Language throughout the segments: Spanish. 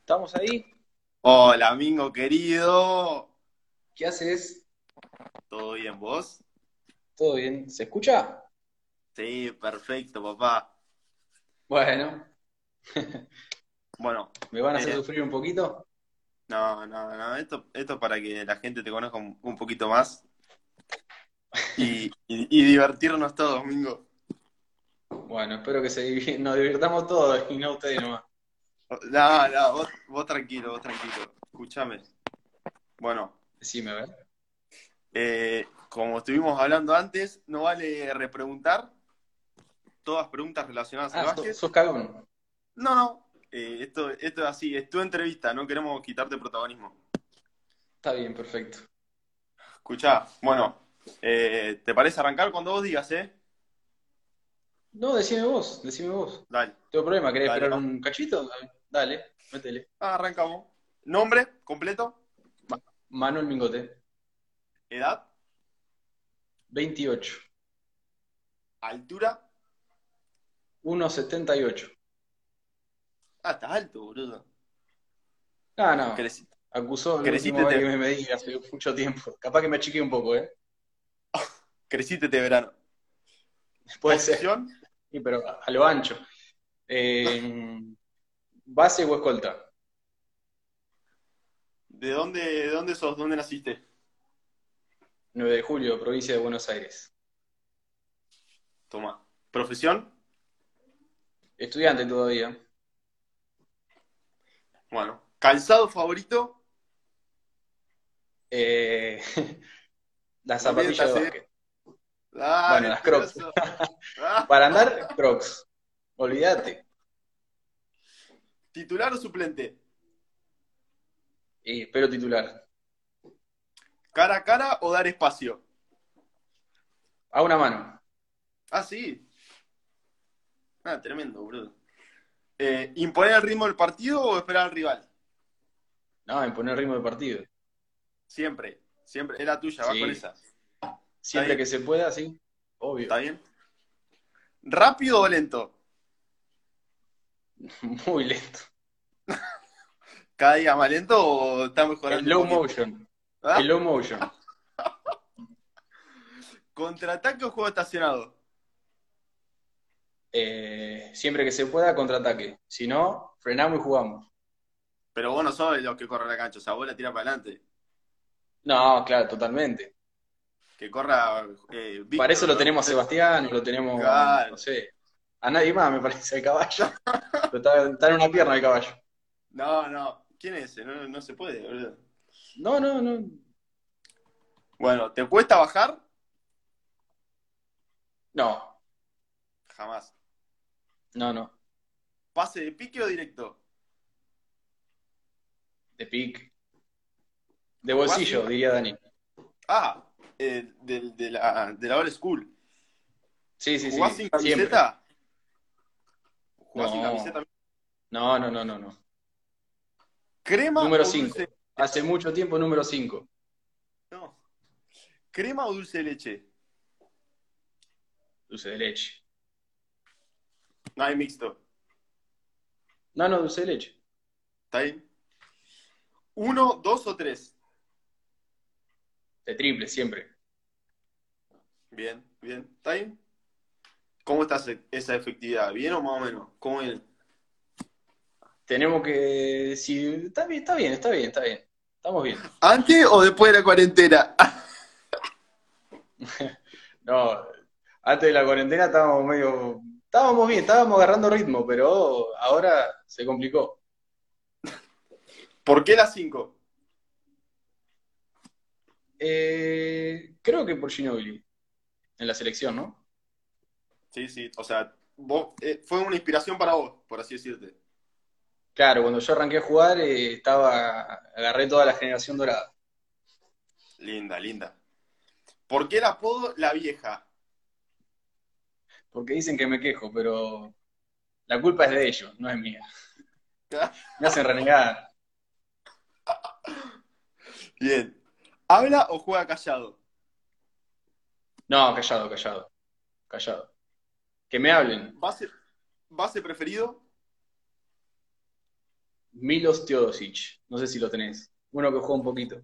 ¿Estamos ahí? Hola, Mingo querido. ¿Qué haces? ¿Todo bien vos? ¿Todo bien? ¿Se escucha? Sí, perfecto, papá. Bueno, Bueno, ¿me van a hacer Eh. sufrir un poquito? no, no, no. Esto, esto es para que la gente te conozca un, un poquito más y, y- y divertirnos todos, Mingo. Bueno, espero que se divi- nos divirtamos todos y no ustedes nomás. No, no, vos, vos tranquilo, vos tranquilo. Escúchame. Bueno, Decime, a ver. eh, como estuvimos hablando antes, no vale repreguntar todas preguntas relacionadas al Ah, so- básquet. sos cagón. No, no. Eh, esto, esto es así, es tu entrevista, no queremos quitarte protagonismo. Está bien, perfecto. Escuchá, bueno, eh, ¿te parece arrancar cuando vos digas, eh? No, decime vos, decime vos. Dale, ¿Tengo problema? ¿Querés Dale, esperar va. un cachito? Dale, métele. Ah, arrancamos. Nombre completo, Manuel Mingote, edad, 28, altura. 1,78. Ah, estás alto, boludo. Ah, no, Creci- acusó el Creciste último te- que me medí hace mucho tiempo. Capaz que me achiqué un poco, ¿eh? Creciste este verano. Puede ser. Posición, Sí, pero a a lo ancho. Eh, base o escolta. ¿de dónde, de dónde sos? ¿Dónde naciste? 9 de julio, provincia de Buenos Aires. Toma. ¿Profesión? Estudiante todavía. Bueno. ¿Calzado favorito? Eh, las Olvídate, zapatillas de sí. básquet. Ah, Bueno, las Crocs. mentiroso. Ah, Para andar, Crocs. Olvídate. ¿Titular o suplente? Y espero titular. ¿Cara a cara o dar espacio? A una mano. Ah, sí. Ah, tremendo, boludo. Eh, ¿imponer el ritmo del partido o esperar al rival? No, en poner ritmo de partido. Siempre, siempre. Era tuya, vas Sí. con esa. Siempre bien. que se pueda, sí. Obvio. ¿Está bien? ¿Rápido o lento? Muy lento. ¿Cada día más lento o está mejorando? En low un poquito? motion. ¿Ah? En low motion. ¿Contraataque o juego estacionado? Eh, siempre que se pueda, contraataque. Si no, frenamos y jugamos. Pero vos no sos de los que corre la cancha, o sea, vos la tirás para adelante. No, claro, totalmente. Que corra. eh, Víctor, Para eso lo ¿no? tenemos a Sebastián, lo tenemos, Claro. no sé, a nadie más me parece, el caballo. Pero está, está en una pierna el caballo. No, no. ¿Quién es ese? No, no se puede, boludo. No, no, no. Bueno, ¿te cuesta bajar? No, Jamás. no, no. ¿Pase de pique o directo? De pic. De bolsillo, Guasi. diría Dani. Ah, eh, del- de, la, de la old school. Sí, sí, sí. ¿Jugás sin Siempre. camiseta? ¿Jugás sin No. camiseta? No, no, no, no, no. ¿Crema Número o cinco. dulce? Hace mucho tiempo número 5. No. ¿Crema o dulce de leche? Dulce de leche. No hay mixto. No, no, dulce de leche. ¿Está bien? ¿Uno, dos o tres? De triple, siempre. Bien, bien. ¿Está bien? ¿Cómo está ese- esa efectividad? ¿Bien o más o menos? ¿Cómo viene? Tenemos que. Sí, está bien, está bien, está bien, está bien. Estamos bien. ¿Antes o después de la cuarentena? No, antes de la cuarentena estábamos medio, estábamos bien, estábamos agarrando ritmo, pero ahora se complicó. ¿Por qué las cinco? Eh, creo que por Ginobili, en la selección, ¿no? Sí, sí. O sea, vos, eh, fue una inspiración para vos, por así decirte. Claro, cuando yo arranqué a jugar, eh, estaba, agarré toda la generación dorada. Linda, linda. ¿Por qué el apodo La Vieja? Porque dicen que me quejo, pero la culpa es de ellos, no es mía. Me hacen renegar. Bien. ¿Habla o juega callado? No, callado, callado, callado. Que me hablen. ¿Base, base preferido? Milos Teodosic. No sé si lo tenés. Uno que juega un poquito.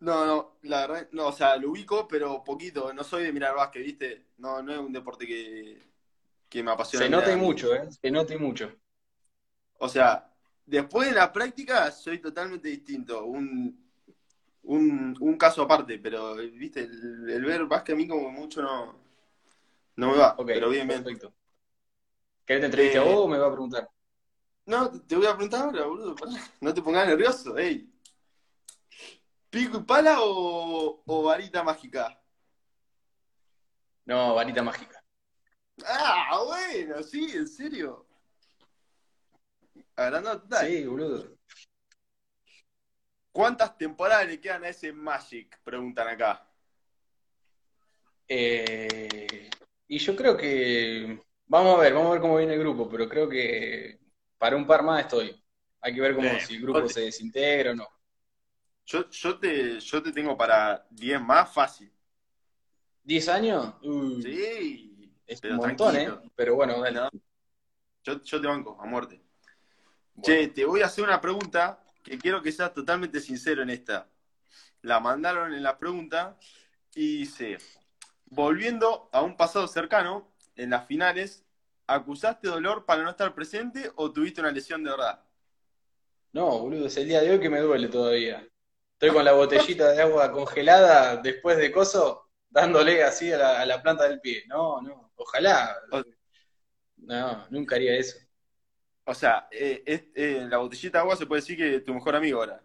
No, no, la verdad, no, o sea, lo ubico, pero poquito. No soy de mirar básquet, ¿viste? No, no es un deporte que, que me apasiona. Se nota y mirar. mucho, ¿eh? Se nota y mucho. O sea, después de la práctica soy totalmente distinto. Un, un, un caso aparte, pero, ¿viste? El, el ver básquet a mí como mucho no, no me va. Ok, pero bien, bien. perfecto. ¿Querés te entrevista Eh, vos o me va a preguntar? No, te te voy a preguntar ahora, boludo. pará, No te pongas nervioso, ey. ¿Pico y pala o, o varita mágica? No, varita mágica. Ah, bueno, sí, en serio. Agrandado total. Sí, boludo. ¿Cuántas temporadas le quedan a ese Magic? Preguntan acá. Eh, y yo creo que. Vamos a ver, vamos a ver cómo viene el grupo, pero creo que para un par más estoy. Hay que ver cómo Eh, si el grupo se desintegra o no. Yo, yo te, yo te tengo para 10 más fácil. ¿10 años? Uy, Sí, Mm. es un pero montón, ¿eh? tranquilo. Pero bueno, dale. No, yo, yo te banco, a muerte. Bueno, Che, te voy a hacer una pregunta que quiero que seas totalmente sincero en esta. La mandaron en la pregunta y dice, volviendo a un pasado cercano, en las finales, ¿acusaste dolor para no estar presente o tuviste una lesión de verdad? no, boludo, es el día de hoy que me duele todavía. Estoy con la botellita de agua congelada después de coso, dándole así a la, a la planta del pie. No, no, ojalá. O, No, nunca haría eso. o sea, eh, es- eh, la botellita de agua se puede decir que es tu mejor amigo ahora.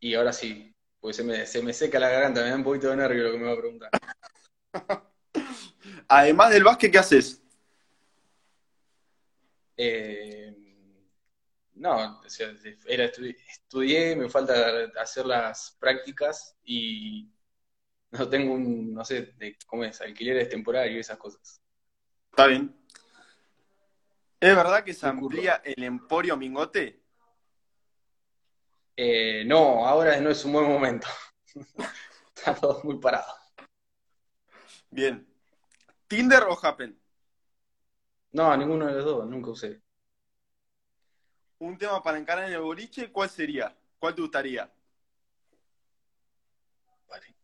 Y ahora sí, porque se me, se me seca la garganta, me da un poquito de nervio lo que me va a preguntar. Además del básquet, ¿qué haces? Eh, no, o sea, era estu- estudié, me falta hacer las prácticas y no tengo un, no sé, de, ¿cómo es? Alquileres temporarios y esas cosas. Está bien. ¿Es verdad que se Un curro. amplía el Emporio Mingote? Eh, no, ahora no es un buen momento. Está todo muy parado. Bien. ¿Tinder o Happen? No, ninguno de los dos, nunca usé. Un tema para encarar en el boliche, ¿cuál sería? ¿Cuál te gustaría? Vale.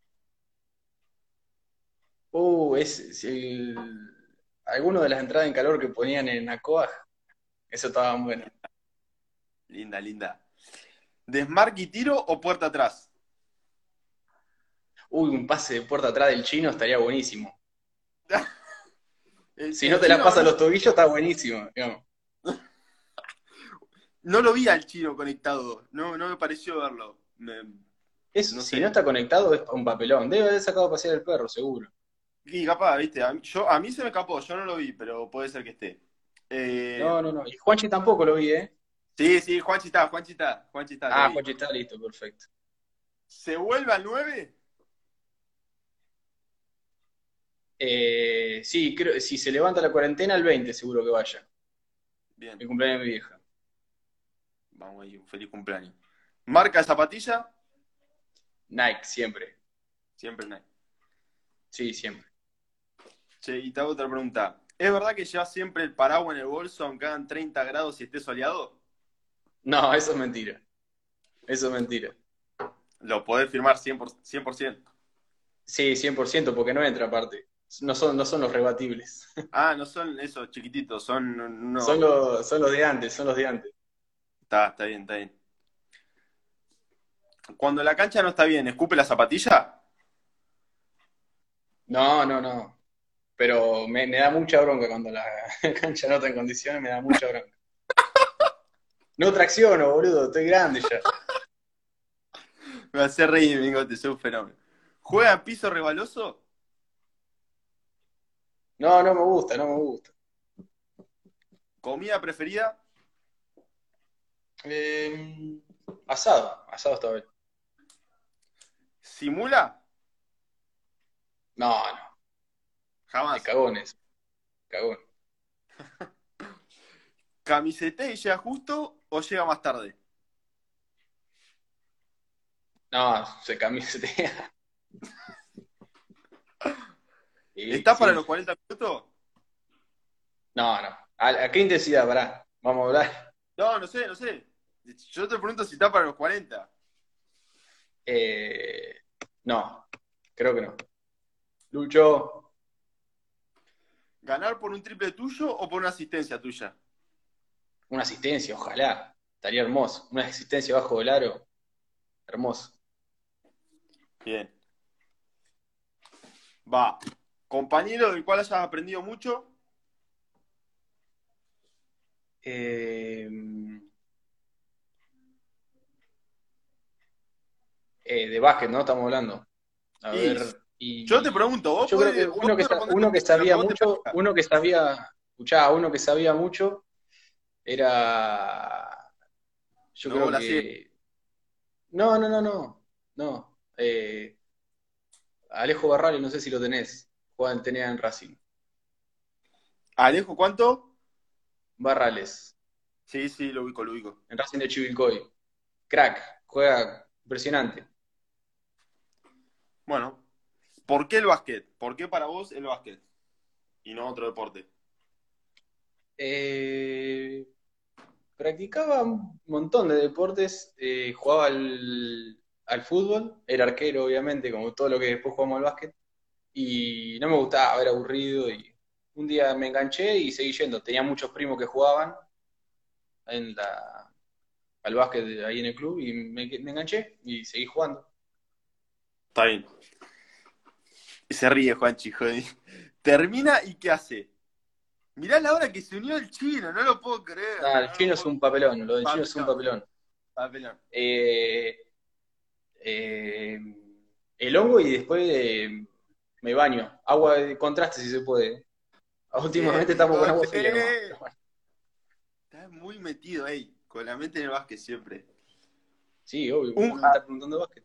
Uh, es, es el... Alguno de las entradas en calor que ponían en Acoa, eso estaba bueno. Linda, linda. ¿Desmarque y tiro o puerta atrás? Uy, un pase de puerta atrás del chino estaría buenísimo. El, Si no el te la chino, pasa a no, los tobillos, está buenísimo. digamos. no lo vi al chino conectado. No, no me pareció verlo. Me- Es, no si no sé. está conectado, es un papelón. Debe haber sacado a pasear el perro, seguro. Y capaz, viste, a mí, yo, a mí se me escapó, yo no lo vi, pero puede ser que esté. Eh, No, no, no. Y Juanchi tampoco lo vi, ¿eh? sí, sí, Juanchi está, Juanchi está, Juanchi está, lo Ah, vi. Juanchi está listo, perfecto. ¿Se vuelve al 9? Eh, sí, creo, si se levanta la cuarentena, el 20 seguro que vaya. Bien, El cumpleaños de mi vieja. vamos ahí, un feliz cumpleaños. ¿Marca de zapatilla? Nike, siempre. Siempre Nike. Sí, siempre. Che, y te hago otra pregunta. ¿Es verdad que llevas siempre el paraguas en el bolso aunque hagan 30 grados y esté soleado? No, eso es mentira. Eso es mentira. Lo podés firmar 100%. 100%. Sí, 100%, porque no entra aparte. No son, no son los rebatibles. Ah, no son esos chiquititos, son Son unos... los, son los de antes, son los de antes. Está, está bien, está bien. Cuando la cancha no está bien, ¿escupe la zapatilla? No, no, no. Pero me, me da mucha bronca cuando la cancha no está en condiciones, me da mucha bronca. No tracciono, boludo, estoy grande ya. Me hace reír, Mingote, soy un fenómeno. ¿Juega en piso rebaloso? No, no me gusta, no me gusta. ¿Comida preferida? Eh, asado, asado está bien. ¿Simula? No, no, de Jamás. cagones, cagón. ¿Camisete y llega justo o llega más tarde? No, se camisetea. Y ¿Estás para sí, los 40 minutos? no, no. ¿A, a qué intensidad, pará? Vamos a hablar. No, no sé, no sé. Yo te pregunto si está para los 40. Eh, no, creo que no. Lucho, ¿Ganar por un triple tuyo o por una asistencia tuya? una asistencia, ojalá. Estaría hermoso. Una asistencia bajo el aro. Hermoso. Bien. Va. Compañero del cual hayas aprendido mucho. Eh, eh, de básquet, ¿no? Estamos hablando. A Sí. ver. y- Yo te pregunto, vos Yo creo podés- que vos uno que, podés sa- responder uno que con la sabía pregunta. mucho, uno que sabía, escuchá, uno que sabía mucho era, yo No, creo la que, sigue. no, no, no, no, no, eh, Alejo Barrales, no sé si lo tenés, Juan tenía en Racing, Alejo, ¿cuánto? Barrales, Sí, sí, lo ubico, lo ubico. en Racing de Chivilcoy, crack, juega impresionante, Bueno, ¿por qué el básquet? ¿Por qué para vos el básquet? Y no otro deporte. Eh, practicaba un montón de deportes, eh, jugaba al, al fútbol, era arquero obviamente, como todo lo que después jugamos al básquet, y no me gustaba, era aburrido, y un día me enganché y seguí yendo, tenía muchos primos que jugaban en la, al básquet de- ahí en el club, y me, me enganché y seguí jugando. Está bien. Y se ríe Juanchi, joder. Termina y ¿qué hace? Mirá la hora que se unió el chino, no lo puedo creer. Ah, el No chino lo es puedo- un papelón, lo del chino es un papelón. Ah, perdón. eh, eh, el hongo y después eh, me baño. Agua de contraste si se puede. Últimamente Bien, estamos con agua José. fría nomás. Pero bueno. Estás Eh. muy metido ahí, con la mente en el básquet siempre. Sí, obvio. Un- uno me está preguntando de básquet.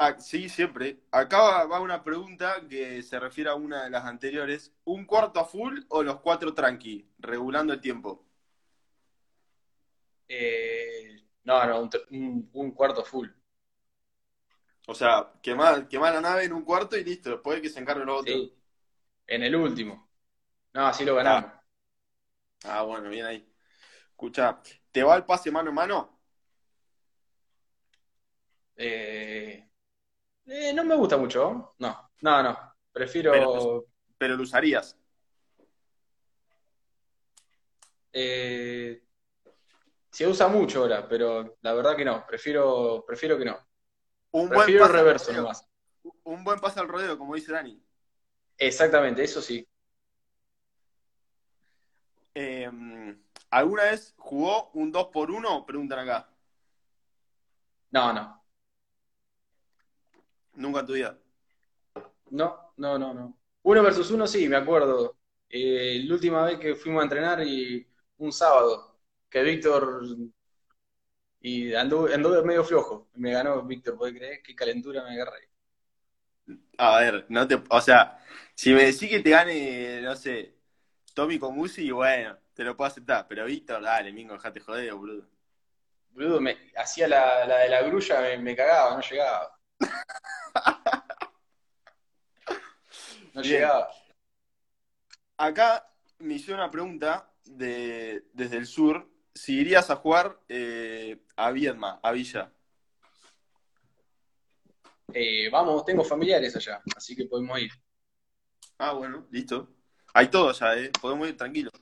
Ah, sí, siempre. Acá va- va una pregunta que se refiere a una de las anteriores. ¿Un cuarto a full o los cuatro tranqui, regulando el tiempo? Eh, no, no, un, tr- un- un cuarto full. O sea, quemar, quemar la nave en un cuarto y listo, después que se encargue los otros. Sí. En el último. No, así lo ganamos. Ah, bueno, bien ahí. Escucha, ¿te va el pase mano a mano? Eh, eh, no me gusta mucho. No, no, no. Prefiero. Pero- pues, Pero lo usarías. eh, se usa mucho ahora, pero la verdad que no. Prefiero, prefiero que no. Un buen Prefiero pase al reverso rodeo. nomás. Un buen pase al rodeo, como dice Dani. Exactamente, eso sí. Eh, ¿alguna vez jugó un 2 por 1? Preguntan acá. No, no. Nunca en tu vida. No, no, no, no. Uno versus uno, sí, me acuerdo. Eh, la última vez que fuimos a entrenar y un sábado, que Víctor y anduve, anduve medio flojo. Me ganó Víctor, ¿podés creer? Qué calentura me agarré. A ver, no te, o sea, si me decís que te gane, no sé, Tommy con Musi, bueno, te lo puedo aceptar. Pero Víctor, dale, Mingo, dejate joder, boludo. Boludo, me hacía la, la de la grulla, me, me cagaba, no llegaba. No Bien. llegaba. Acá me hicieron una pregunta de, desde el sur, si irías a jugar eh, a Viedma, a Villa. Eh, vamos, tengo familiares allá, así que podemos ir. Ah, bueno, listo. Hay todo ya, ¿eh? Podemos ir tranquilos.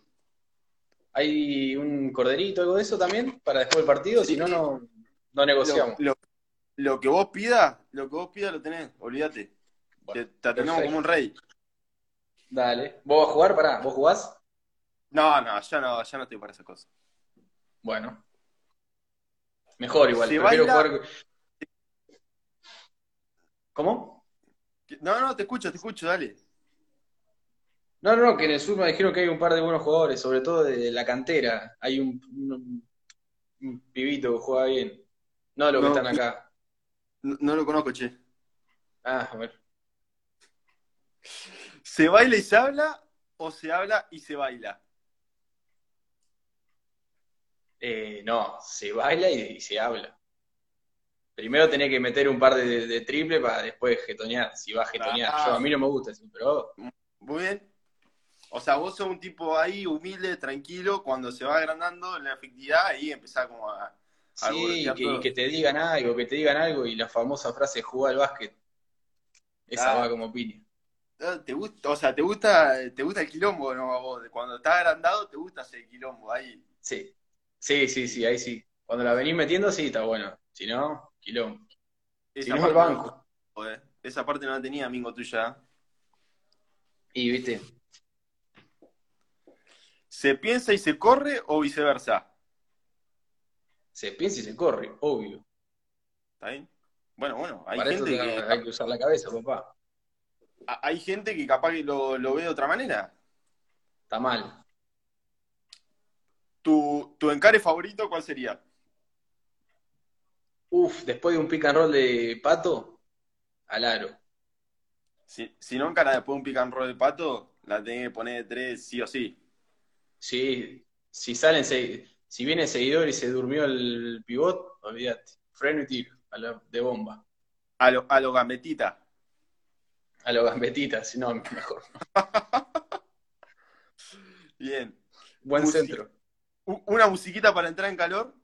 ¿Hay un corderito, algo de eso también, para después del partido? Sí. Si no, no, no Lo, negociamos. lo- lo que vos pidas, lo que vos pidas lo tenés, olvídate. Te, Bueno, te atendemos perfecto. como un rey. Dale. ¿Vos vas a jugar? Pará, ¿vos jugás? No, no, ya no, ya no estoy para esas cosas. Bueno. Mejor igual, Se prefiero baila- jugar. ¿Cómo? No, no, te escucho, te escucho, dale. No, no, no, que en el sur me dijeron que hay un par de buenos jugadores, sobre todo de la cantera. Hay un, un- un pibito que juega bien. No los que No. están acá. No, no lo conozco, che. Ah, a ver. ¿Se baila y se habla o se habla y se baila? Eh, no, se baila y, y se habla. Primero tenés que meter un par de, de triple para después jetonear, si va a jetonear. Ah. Yo, a mí no me gusta eso, pero Muy bien. O sea, vos sos un tipo ahí humilde, tranquilo, cuando se va agrandando la efectividad, ahí empezás como a... a Sí, y alborotear que, Ah, todo. y que te digan algo, que te digan algo, y la famosa frase jugar al básquet. Esa Claro. va como piña. Ah, ¿Te gusta, o sea, te gusta, te gusta el quilombo, ¿no? A vos, cuando estás agrandado te gusta ese quilombo ahí. Sí. Sí, sí, sí, ahí sí. Cuando la venís metiendo, sí, está bueno. Si no, quilombo. Si no, al parte banco. no- eh. Esa parte no la tenía, amigo ¿eh? tuya. Y viste, ¿Se piensa y se corre o viceversa? se piensa y se corre, obvio. ¿Está bien? Bueno, bueno, hay Para eso gente, te- que, hay que usar la cabeza, papá. a- hay gente que capaz que lo, lo ve de otra manera. Está mal. ¿Tu, tu encare favorito cuál sería? Uf, después de un pick and roll de pato, al aro. Si, si no encara después un pick and roll de pato, la tenés que poner de tres sí o sí. Sí, si salen, se- si viene el seguidor y se durmió el pivot, olvídate. Freno y tiro, a la- de bomba. A lo, a lo gambetita. A los gambetitas, si no, mejor. Bien. Buen Uy, sí. centro. U- ¿Una musiquita para entrar en calor?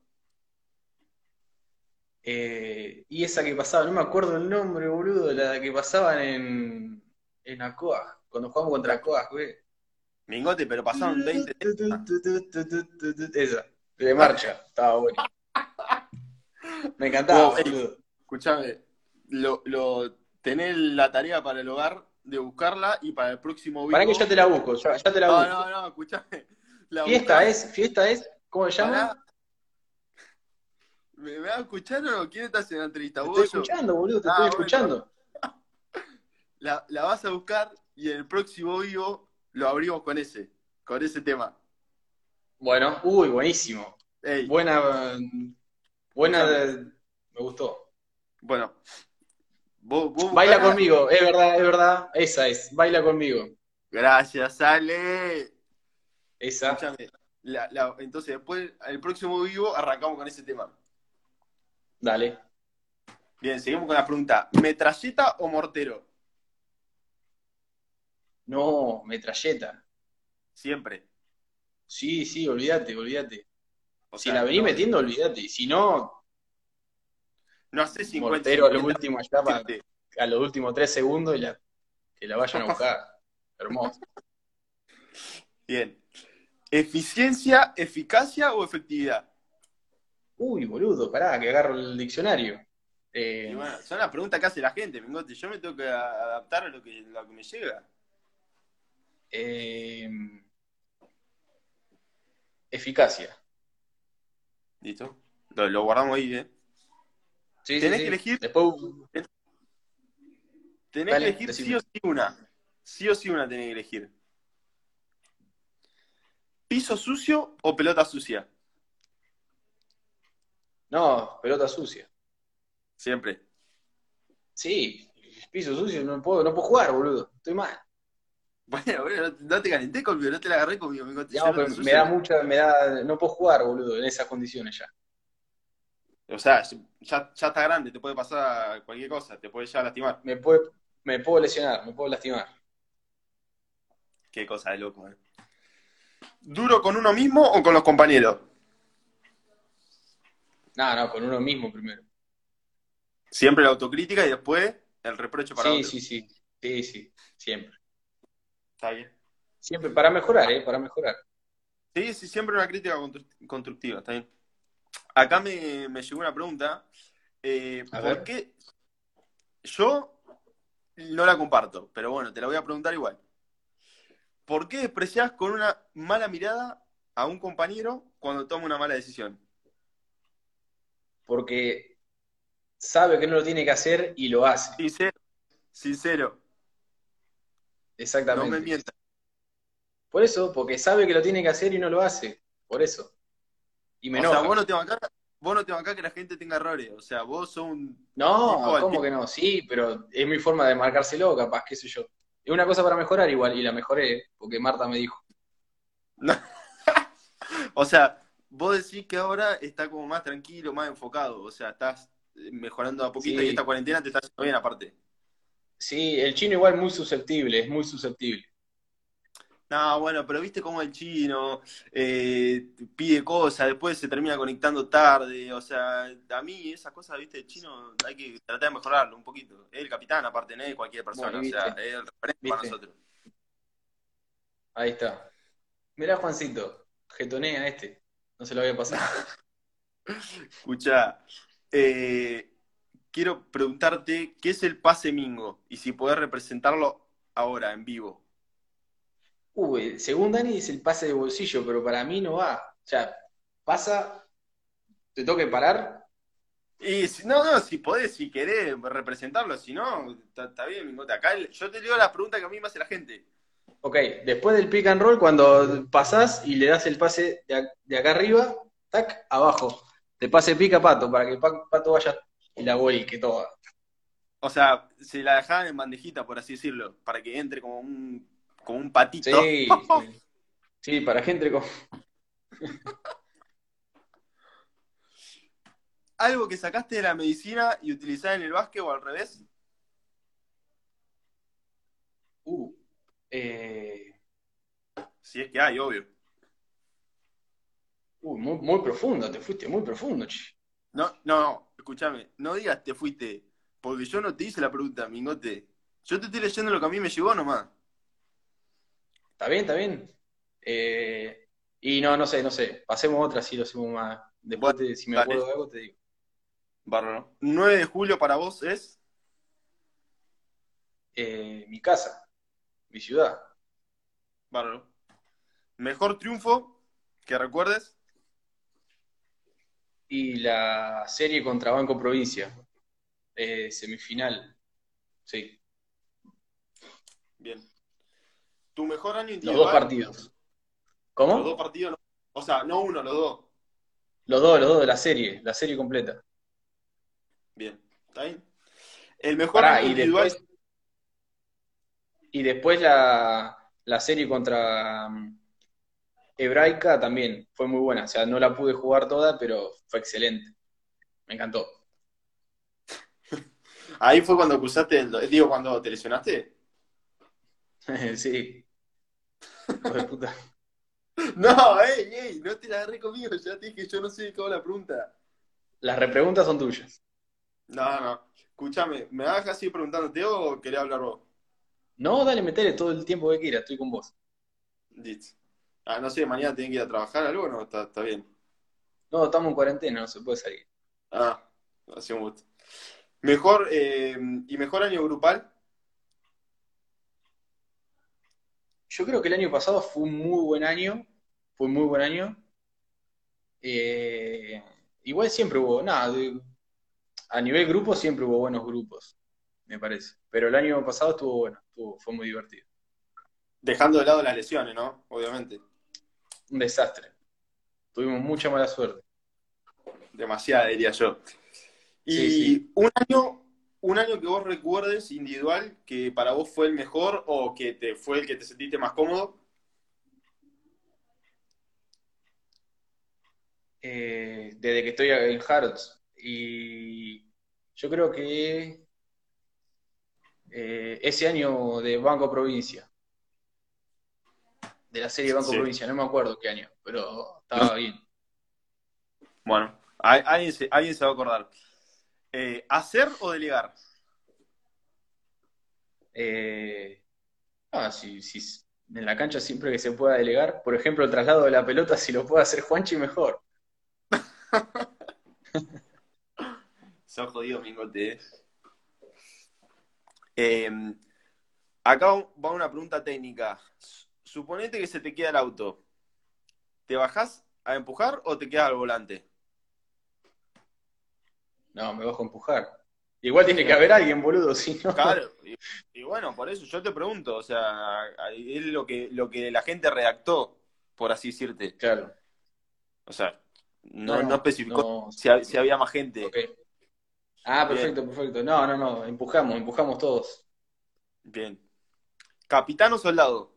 Eh, y esa que pasaba, no me acuerdo el nombre, boludo, la que pasaban en, en Acoag, cuando jugamos contra Acoag, güey. Mingote, pero pasaron 20 Esa, de marcha, estaba bueno. Me encantaba, Wow, boludo. Escuchame, lo, lo, tenés la tarea para el hogar de buscarla y para el próximo Para que vivo- yo te la busco, ya, ya te la No, busco. no, no, escuchame. La Fiesta buscás, es, fiesta es, ¿cómo se llama? pará. ¿Me, me vas a escuchar o no? ¿Quién estás en la entrevista? Te ¿Vos estoy o yo? escuchando, boludo, te Ah, estoy bueno. escuchando. La, la vas a buscar y en el próximo vivo lo abrimos con ese, con ese tema. Bueno, uy, buenísimo. Ey, Buena, buena, me gustó. bueno, vos, vos Baila buscala. conmigo, es verdad, es verdad, esa es, baila conmigo. Gracias, Ale. Esa. Escuchame. la- la- entonces, después, el próximo vivo arrancamos con ese tema. Dale. Bien, seguimos con la pregunta. ¿Metralleta o mortero? No, metralleta. Siempre. Sí, sí, olvídate, olvídate. O Si sea, la venís no, metiendo, olvídate. Y Si no, No hace 50. mortero a lo 50, último allá, pa- gente. a los últimos tres segundos y la, que la vayan a buscar. Hermoso. Bien. ¿Eficiencia, eficacia o efectividad? Uy, boludo, pará, que agarro el diccionario. Eh, Y bueno, son las preguntas que hace la gente, Mingote. Yo me tengo que a- adaptar a lo que, lo que me llega. eh, eficacia. Listo. Lo, lo guardamos ahí, ¿eh? Sí, sí, Tenés sí. que elegir- Después, Tenés Dale, que elegir decime. sí o sí una. Sí o sí una tenés que elegir. ¿Piso sucio o pelota sucia? no, pelota sucia. Siempre. Sí, piso sucio, no puedo, no puedo jugar, boludo. Estoy mal. Bueno, bueno, no, no te calenté conmigo, no te la agarré conmigo, Mingote. No, Yo no pero te me sucio da no- mucha, me da, no puedo jugar, boludo, en esas condiciones ya. O sea, ya, ya está grande, te puede pasar cualquier cosa, te puede ya lastimar. Me puede, me puedo lesionar, me puedo lastimar. Qué cosa de loco, eh. ¿Duro con uno mismo o con los compañeros? No, no, con uno mismo primero. Siempre la autocrítica y después el reproche para sí, otro. sí, sí, sí, sí, siempre. Está bien. Siempre, para mejorar, ¿eh? Para mejorar. Sí, sí, siempre una crítica constru- constructiva, está bien. Acá me, me llegó una pregunta. eh, A ¿Por ver. qué yo no la comparto? Pero bueno, te la voy a preguntar igual. ¿Por qué despreciás con una mala mirada a un compañero cuando toma una mala decisión? Porque sabe que no lo tiene que hacer y lo hace. Sincero, sincero, no Exactamente. me mientas. Por eso, porque sabe que lo tiene que hacer y no lo hace. Por eso. Y me O enoja. sea, vos no te bancás, vos no te bancás que la gente tenga errores. O sea, vos sos un. No, Tipo, al ¿cómo tipo. que no? Sí, pero es mi forma de marcárselo, capaz, qué sé yo. Es una cosa para mejorar igual, y la mejoré, porque Marta me dijo. O sea, vos decís que ahora está como más tranquilo, más enfocado. O sea, estás eh, mejorando a poquito Sí. y esta cuarentena te está haciendo bien aparte. Sí, el chino igual muy susceptible, es muy susceptible. No, bueno, pero viste cómo el chino eh, pide cosas, después se termina conectando tarde. O sea, a mí esas cosas, viste, el chino hay que tratar de mejorarlo un poquito. Es el capitán, aparte, no es cualquier persona. Bueno, o sea, viste. es el referente para Viste. nosotros. Ahí está. Mirá, Juancito, getonea este. No se lo había pasado. Escucha, eh, quiero preguntarte qué es el pase mingo y si podés representarlo ahora en vivo. Uy, según Dani es el pase de bolsillo, pero para mí no va. O sea, pasa, te toque parar. Y si, no, no, si podés, si querés representarlo, si no, está está bien, mingote. Acá el- yo te leo las preguntas que a mí me hace la gente. Ok, después del pick and roll, cuando pasás y le das el pase de, ac- de acá arriba, tac, abajo. Te pase pica a Pato, para que Pa- Pato vaya y la que toda. O sea, se la dejaban en bandejita, por así decirlo, para que entre como un, como un patito. Sí, sí. Sí, para gente con... ¿Algo que sacaste de la medicina y utilizás en el básquet o al revés? Uh, eh, Si es que hay, obvio. uh, muy, muy profundo, te fuiste muy profundo, che. No, no, no, escúchame, no digas te fuiste, porque yo no te hice la pregunta, mingote. Yo te estoy leyendo lo que a mí me llegó nomás. Está bien, está bien. Eh, y no, no sé, no sé. Pasemos otra, si lo hacemos más. Después, te- si me Dale. acuerdo de algo, te digo. Bárbaro. 9 de julio para vos es. Eh, mi casa, mi ciudad. Bárbaro. Mejor triunfo que recuerdes. Y la serie contra Banco Provincia. Eh, semifinal. Sí, Bien. Tu mejor año los dos individual. partidos. ¿Cómo? Los dos partidos, no- o sea, no uno, los dos. Los dos, los dos de la serie, la serie completa. Bien. ¿Está bien? El mejor Pará, año y individual. después, y después la, la serie contra mm, Hebraica también fue muy buena. O sea, no la pude jugar toda, pero fue excelente. Me encantó. Ahí fue cuando cruzaste, el- digo, cuando te lesionaste. Sí. Hijo de puta. No, ey, ey, no te la agarré conmigo, ya te dije, yo no sé de qué va la pregunta. Las repreguntas son tuyas. No, no. Escúchame, ¿me vas así preguntándote o querés hablar vos? No, dale, metele todo el tiempo que quieras, estoy con vos. Listo. Ah, no sé, mañana tienen que ir a trabajar algo, no, está, está bien. No, estamos en cuarentena, no se puede salir. Ah, ha sido un gusto. Mejor eh, y mejor año grupal. Yo creo que el año pasado fue un muy buen año. Fue un muy buen año. Eh, igual siempre hubo, nada, de- a nivel grupo siempre hubo buenos grupos, me parece. Pero el año pasado estuvo bueno, estuvo- fue muy divertido. Dejando de lado las lesiones, ¿no? Obviamente. Un desastre. Tuvimos mucha mala suerte. Demasiada, diría yo. Y Sí, sí. un año, un año que vos recuerdes individual que para vos fue el mejor o que te fue el que te sentiste más cómodo. eh, desde que estoy en Harrods. Y yo creo que eh, ese año de Banco Provincia, de la serie Banco Sí. Provincia, no me acuerdo qué año, pero estaba bien. Bueno, a- alguien se, alguien se va a acordar. Eh, ¿hacer o delegar? Eh, ah, sí, sí, en la cancha siempre que se pueda delegar, por ejemplo, el traslado de la pelota, si lo puede hacer Juanchi, mejor. Se ha jodido, Mingote. eh. Eh, acá va una pregunta técnica. Suponete que se te queda el auto. ¿Te bajás a empujar o te quedas al volante? No, me bajo a empujar. Igual tiene que haber alguien, boludo, si no. Claro, y, y bueno, por eso yo te pregunto, o sea, es lo que, lo que la gente redactó, por así decirte. Claro. O sea, no, no, especificó no, Si, hab- si había más gente. ok. Ah, Bien. perfecto, perfecto. No, no, no, empujamos, empujamos todos. Bien. ¿Capitán o soldado?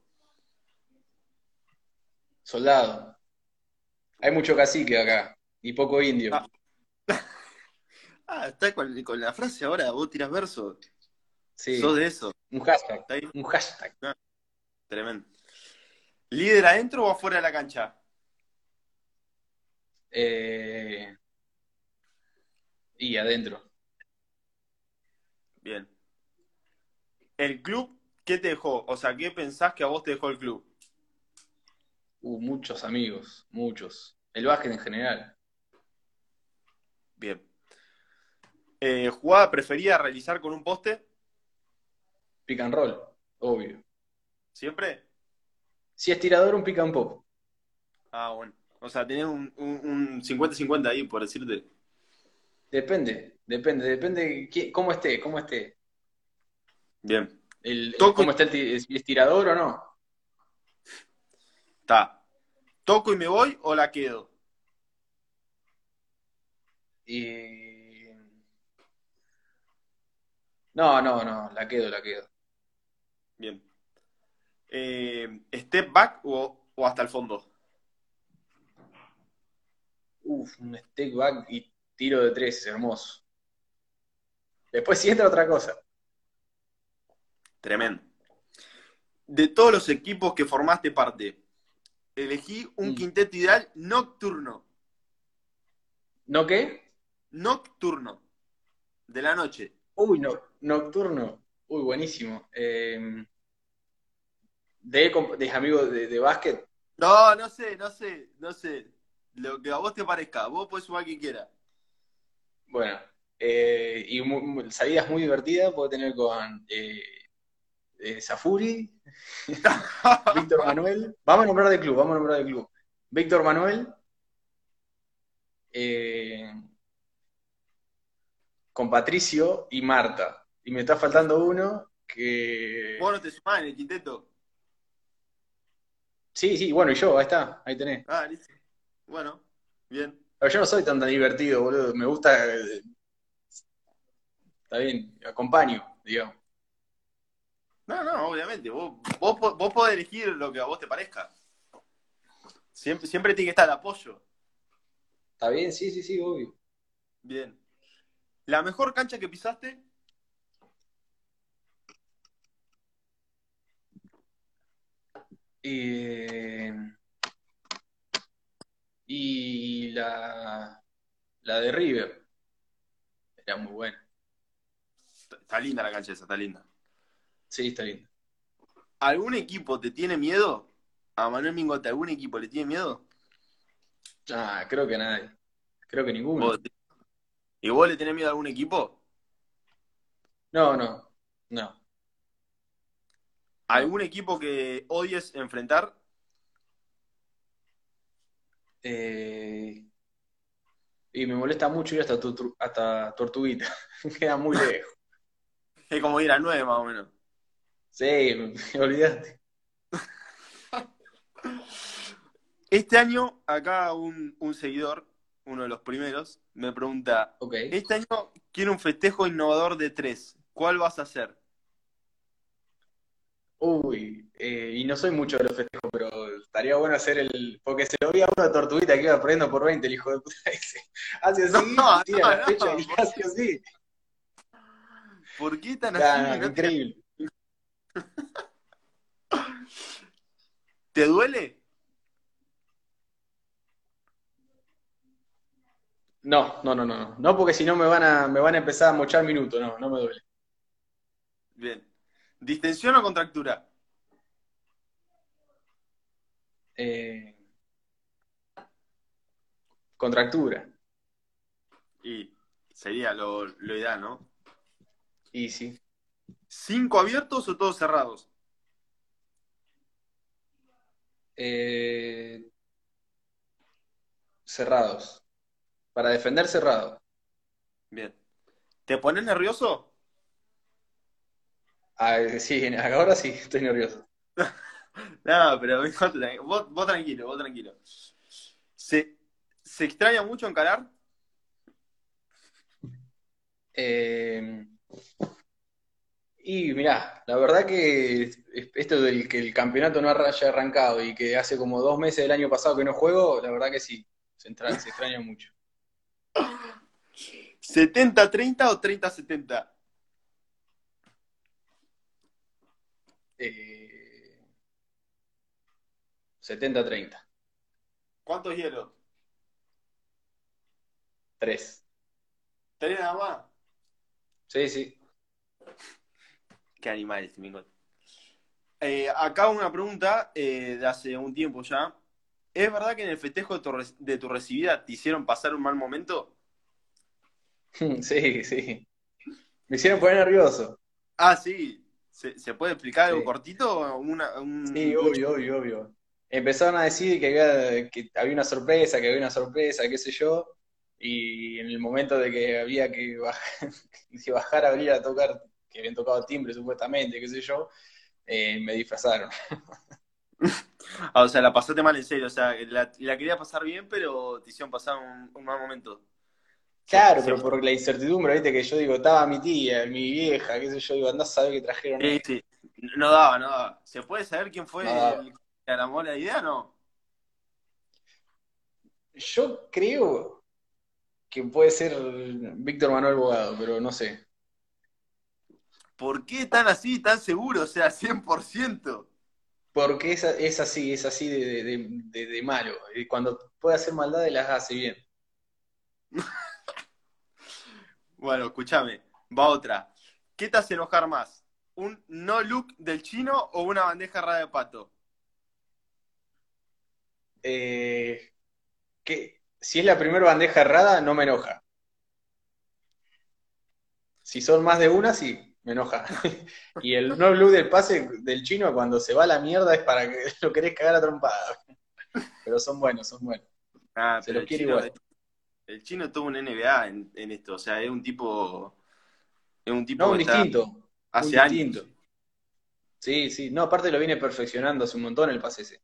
Soldado. Hay mucho cacique acá y poco indio. Ah. Ah, está con, con la frase ahora, vos tirás versos. Sí, Sos de eso. un hashtag, Está bien, un hashtag. tremendo. ¿Líder adentro o afuera de la cancha? Eh, y adentro. Bien. ¿El club qué te dejó? O sea, ¿qué pensás que a vos te dejó el club? Uh, muchos amigos, muchos. El básquet en general. Bien. Eh, ¿Jugada preferida realizar con un poste? Pick and roll, obvio. ¿Siempre? Si es tirador, un pick and pop. Ah, bueno. O sea, tenés un un- un 50-50 ahí, por decirte. Depende, depende, depende qui- cómo esté, cómo esté. Bien. El, el- Toco- cómo está el, ti- si es tirador o no. Está. ¿Toco y me voy o la quedo? Y... No, no, no, la quedo, la quedo. Bien. Eh, ¿Step back o, o hasta el fondo? Uf, un step back y tiro de tres, hermoso. Después si entra otra cosa. Tremendo. De todos los equipos que formaste parte, elegí un Mm. quinteto ideal nocturno. ¿No qué? Nocturno. De la noche. Uy, no, nocturno. Uy, buenísimo. Eh, de, comp- de amigos de, de básquet. No, no sé, no sé, no sé. Lo que a vos te parezca. Vos podés sumar quien quiera. Bueno, eh, y mu- mu- salidas muy divertidas. Puedo tener con eh, eh, Safuri, Víctor Manuel. Vamos a nombrar de club, vamos a nombrar de club. Víctor Manuel. eh, con Patricio y Marta. Y me está faltando uno que... Vos no te sumás en el quinteto. Sí, sí, bueno, y yo, ahí está, ahí tenés. Ah, listo. Bueno, bien. Pero yo no soy tan, tan divertido, boludo. Me gusta... eh, Está bien, acompaño, digamos. No, no, obviamente. Vos, vos, po- vos podés elegir lo que a vos te parezca. Siempre, siempre tiene que estar el apoyo. Está bien, sí, sí, sí, obvio. Bien. ¿La mejor cancha que pisaste? Eh, y la, la de River. Era muy buena. Está, está linda la cancha esa, está linda. Sí, está linda. ¿Algún equipo te tiene miedo? A Manuel Mingote, ¿algún equipo le tiene miedo? Ah, creo que nadie. Creo que ninguno. ¿Vos te- ¿Y vos le tenés miedo a algún equipo? No, no, no. ¿Algún equipo que odies enfrentar? Eh, y me molesta mucho ir hasta, Tortu- hasta Tortuguita. Queda muy lejos. Es como ir a nueve más o menos. Sí, olvidaste. Este año, acá un, un seguidor, uno de los primeros, me pregunta, Ok. este año quiero un festejo innovador de tres. ¿Cuál vas a hacer? Uy, eh, y no soy mucho de los festejos, pero estaría bueno hacer el. Porque se lo vi a uno de Tortuguita que iba perdiendo por 20, el hijo de puta ese. Hace No, así, no, tira la no, fecha y por- hace así. ¿Por qué tan Nah, así? nah, ¿No te, increíble. te duele? No, no, no, no, no. No, porque si no me van a, me van a empezar a mochar minutos, no, no me duele. Bien. ¿Distensión o contractura? Eh, contractura. Y sería lo, lo ideal, ¿no? Y sí. ¿Cinco abiertos o todos cerrados? Eh, cerrados. Para defender cerrado. Bien. ¿Te pones nervioso? Ah, sí, ahora sí, estoy nervioso. No, pero vos, tranqui- vos- vos tranquilo, vos tranquilo. ¿Se, se extraña mucho encarar? Eh, y mirá, la verdad que es- esto del que el campeonato no arra- haya arrancado y que hace como dos meses del año pasado que no juego, la verdad que sí, se, entra- se extraña mucho. ¿70-30 o 30-70? Eh, 70-30. ¿Cuántos hielos? 3. ¿Tres nada más? Sí, sí. Qué animal este Mingol. Eh, acá una pregunta eh, de hace un tiempo ya. ¿Es verdad que en el festejo de tu, re- de tu recibida te hicieron pasar un mal momento? Sí, sí. Me hicieron poner nervioso. Ah, sí. ¿Se, se puede explicar algo Sí. cortito? o Una, un- Sí, obvio, obvio, obvio. Empezaron a decir que había, que había una sorpresa, que había una sorpresa, qué sé yo. Y en el momento de que había que bajar, que bajar a abrir a tocar, que habían tocado timbre supuestamente, qué sé yo, eh, me disfrazaron. Ah, o sea, la pasaste mal en serio. O sea, la, la quería pasar bien, pero te hicieron pasar un, un mal momento. Claro, Sí. pero por la incertidumbre, viste, que yo digo, estaba mi tía, mi vieja, qué sé yo, digo, andá a saber qué trajeron. Sí, sí. No daba, no daba. ¿Se puede saber quién fue No daba. el que armó la idea no? Yo creo que puede ser Víctor Manuel Bogado, pero no sé. ¿Por qué tan así, tan seguro? O sea, 100%. Porque es, a- es así, es así de, de- de- de- de malo. Y cuando puede hacer maldades las hace bien. Bueno, escúchame, va otra. ¿Qué te hace enojar más? ¿Un no look del chino o una bandeja rara de pato? Eh, que, si es la primera bandeja errada, no me enoja. Si son más de una, sí, me enoja. Y el no blue del pase del chino cuando se va a la mierda es para que lo querés cagar a trompada. Pero son buenos, son buenos. Ah, Se pero lo el quiere chino, igual. el chino tuvo un NBA en, en esto. O sea, es un tipo. Es un tipo No, que un está distinto. Un hace años. distinto. Sí, sí. No, aparte lo viene perfeccionando hace un montón el pase ese.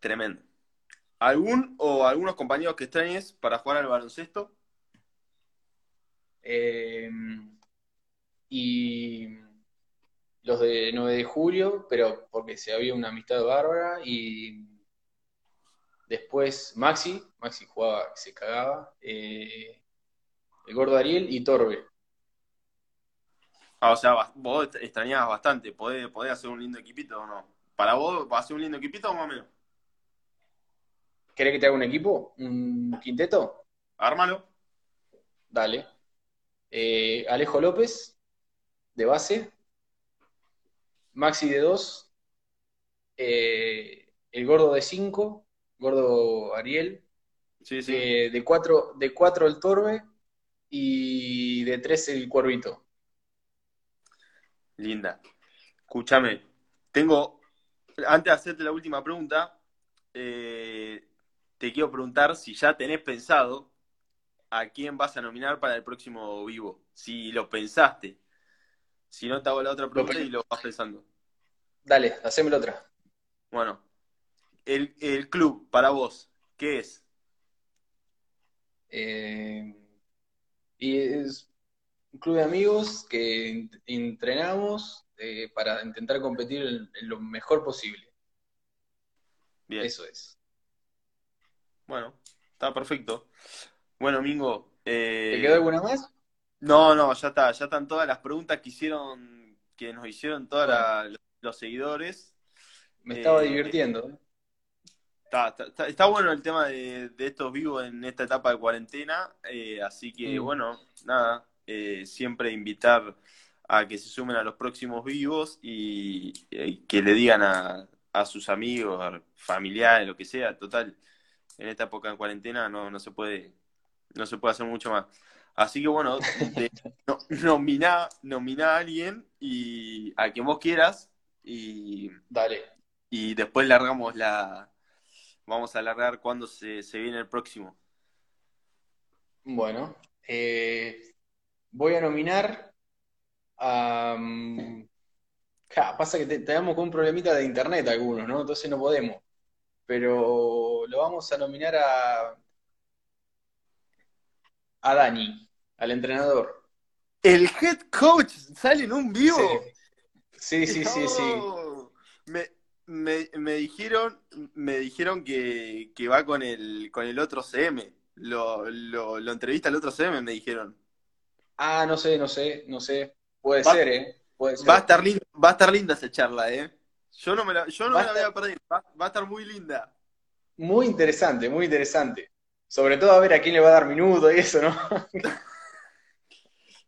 Tremendo. ¿Algún o algunos compañeros que extrañes para jugar al baloncesto? Eh, y los de 9 de julio, pero porque se había una amistad bárbara. Y después Maxi, Maxi jugaba, se cagaba. eh, el gordo Ariel y Torbe. Ah, o sea, bas- vos est- extrañabas bastante. ¿Podés, podés hacer un lindo equipito o no? ¿Para vos va a ser un lindo equipito o más o menos? ¿Querés que te haga un equipo? ¿Un quinteto? Ármalo. Dale. Eh, Alejo López, de base. Maxi de 2. el gordo de 5. Gordo Ariel. Sí, sí. eh, de 4 de cuatro el Torbe. Y de 3 el Cuervito. Linda. Escúchame, tengo, antes de hacerte la última pregunta, eh, te quiero preguntar si ya tenés pensado a quién vas a nominar para el próximo vivo, si lo pensaste, si no te hago la otra Lo pregunta pe- y lo vas pensando. Dale, hacémelo otra. Bueno, el, el club para vos, ¿qué es? Eh, y es un club de amigos que en- entrenamos eh, para intentar competir en- en lo mejor posible. Bien, Eso es. bueno, está perfecto. Bueno, Mingo, ¿Te quedó eh, alguna más? No, no, ya está, ya están todas las preguntas que hicieron, que nos hicieron todos Bueno, los seguidores. me estaba Eh, divirtiendo. ¿eh? está, está- está- está bueno el tema de, de estos vivos en esta etapa de cuarentena, eh, así que Mm. bueno, nada, eh, siempre invitar a que se sumen a los próximos vivos y, eh, que le digan a, a sus amigos, a familiares, lo que sea, total, en esta época de cuarentena no, no se puede, no se puede hacer mucho más. Así que bueno, de- no- nominá, nominá a alguien y a quien vos quieras y, Dale, y después largamos la, vamos a largar cuando se, se viene el próximo. bueno, eh, voy a nominar a... mm, ja, pasa que te- tenemos con un problemita de internet algunos, ¿no? Entonces no podemos, pero lo vamos a nominar a, a Dani, al entrenador. El head coach sale en un Sí, vivo. sí, sí, sí, sí. No. Me, me- me dijeron, me dijeron que, que va con el, con el otro CM. Lo, lo, lo entrevista el otro CM, me dijeron. Ah, no sé, no sé, no sé. Puede Va, ser, ¿eh? Puede va a ser. estar linda, va a estar linda esa charla, ¿eh? Yo no me la, yo no Va me a la voy estar- a perder. Va, va a estar muy linda. Muy interesante, muy interesante. Sobre todo a ver a quién le va a dar minuto y eso, ¿no?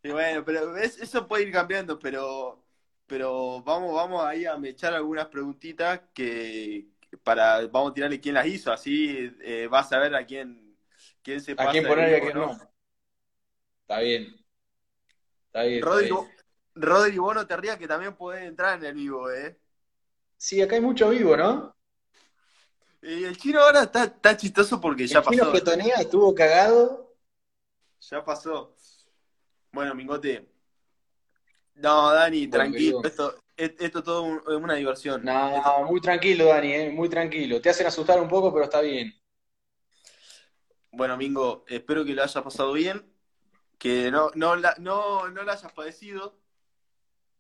Y bueno, pero es- eso puede ir cambiando, pero, pero vamos, vamos ahí a mechar algunas preguntitas que para, vamos a tirarle quién las hizo, así eh, vas a ver a quién, quién se pasa. A quién el poner y a grupo, quién no. Está bien. Está bien. está Rodri, bien. vos- Rodri, vos no te rías que también podés entrar en el vivo, ¿eh? Sí, acá hay mucho vivo, ¿no? Y el chino ahora está, está chistoso porque ya el chino pasó. Petonea estuvo cagado. Ya pasó. Bueno, Mingote. No, Dani, Bueno, querido. tranquilo. Esto, es- esto todo un- es una diversión. Esto- No, muy tranquilo, Dani, ¿eh? muy tranquilo. Te hacen asustar un poco, pero está bien. Bueno, Mingo, espero que lo hayas pasado bien. Que no, no, la, no, no la hayas padecido.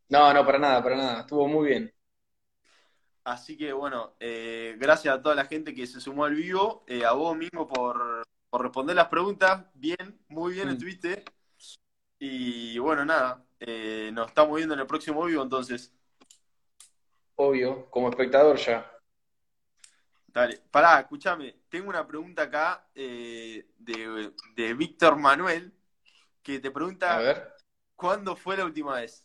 No, no, para nada, para nada. Estuvo muy bien. Así que bueno, eh, gracias a toda la gente que se sumó al vivo, eh, a vos mismo por, por responder las preguntas, bien, muy bien Mm. estuviste. Y bueno, nada, eh, nos estamos viendo en el próximo vivo entonces. Obvio, como espectador ya. Dale, pará, escúchame, tengo una pregunta acá eh, de, de Víctor Manuel que te A pregunta, ver. ¿cuándo fue la última vez?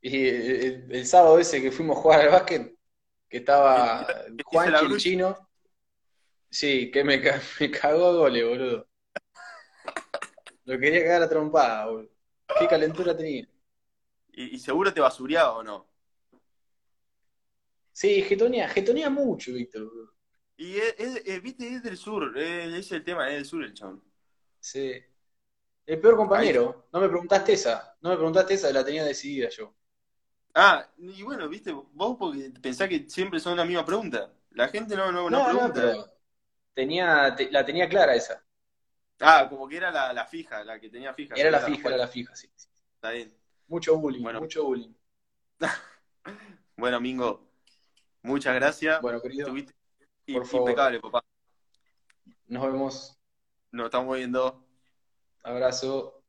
Y el, el- el sábado ese que fuimos a jugar al básquet, que estaba Que hizo la Juanchi, el bruja. chino. Sí, que me, ca- me cagó a goles, boludo. Lo quería cagar a trompada, boludo. Qué calentura tenía. Y, y seguro te basureaba o no. Sí, getonea, getonea mucho, Víctor. boludo. Y es, es- es- viste, es del sur, eh, ese es el tema, es del sur el chabón. Sí. El peor Ahí- compañero, no me preguntaste esa, no me preguntaste esa, la tenía decidida yo. Ah, y bueno, viste, vos porque pensás que siempre son la misma pregunta. La gente no, no, no No, no, pregunta. pero tenía, te- la tenía clara esa. Ah, como que era la, la fija, la que tenía fija. Era la ¿sabés? fija, era la fija, sí. Está bien. Mucho bullying, Bueno, mucho bullying. bueno, Mingo, muchas gracias. Bueno, querido, Estuviste i- por favor, impecable, papá. nos vemos. Nos estamos viendo. Abrazo.